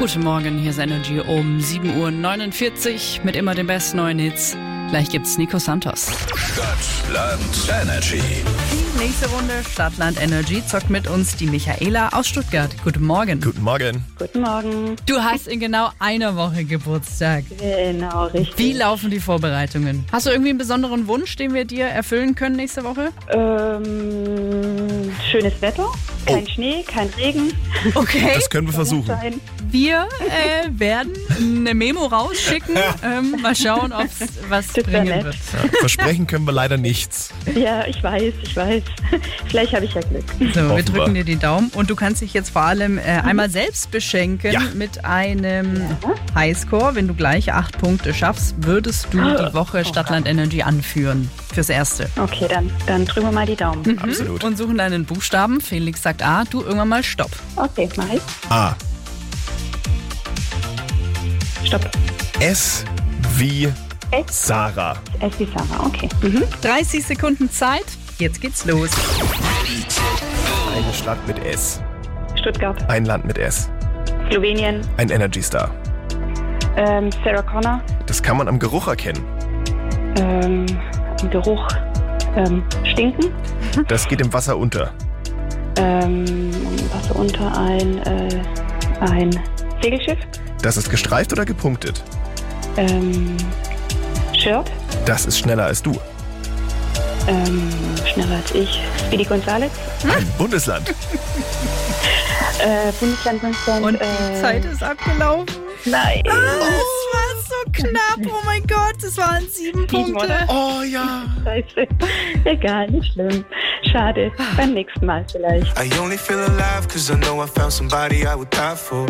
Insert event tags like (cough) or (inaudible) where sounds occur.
Guten Morgen, hier ist Energy um 7.49 Uhr mit immer den besten neuen Hits. Gleich gibt's Nico Santos. Stadtland Energy. Die nächste Runde Stadtland Energy zockt mit uns die Michaela aus Stuttgart. Guten Morgen. Guten Morgen. Guten Morgen. Du hast in genau einer Woche Geburtstag. Genau, richtig. Wie laufen die Vorbereitungen? Hast du irgendwie einen besonderen Wunsch, den wir dir erfüllen können nächste Woche? Ähm, schönes Wetter, kein Schnee, kein Regen. Okay. Das können wir versuchen. Sein. (laughs) Wir äh, werden eine Memo rausschicken. Ähm, mal schauen, ob es was Das wär bringen nett. wird. Versprechen können wir leider nichts. Ja, ich weiß, ich weiß. (laughs) Vielleicht habe ich ja Glück. So, wir Offenbar. drücken dir die Daumen und du kannst dich jetzt vor allem äh, einmal selbst beschenken Ja. mit einem Highscore. Wenn du gleich acht Punkte schaffst, würdest du die Woche Stadtland Energy anführen fürs Erste. Okay, dann, dann drücken wir mal die Daumen. Absolut. Und suchen deinen Buchstaben. Felix sagt A, du irgendwann mal Stopp. Okay, mach ich. A. Stopp. S wie S. Sarah. Es ist Sarah, okay. 30 Sekunden Zeit. Jetzt geht's los. Eine Stadt mit S. Stuttgart, Ein Land mit S. Slowenien, Ein Energy Star. ähm, Sarah Connor, Das kann man am Geruch erkennen. ähm, Geruch, ähm, Stinken, Das geht im Wasser unter. ähm, was unter ein, äh, ein Segelschiff, Das ist gestreift oder gepunktet. ähm, Shirt, Das ist schneller als du. ähm, schneller als ich, Speedy Gonzales, Ein Bundesland. äh, Bundeslandminister Und die äh, Zeit Ah! ist abgelaufen. Nein. Oh. Das war so knapp. Oh mein Gott, das waren sieben Punkte. oder? Oh ja. Scheiße. Egal, nicht schlimm. Ah. Schade. Beim nächsten Mal vielleicht. I only feel alive cause I know I found somebody I would die for.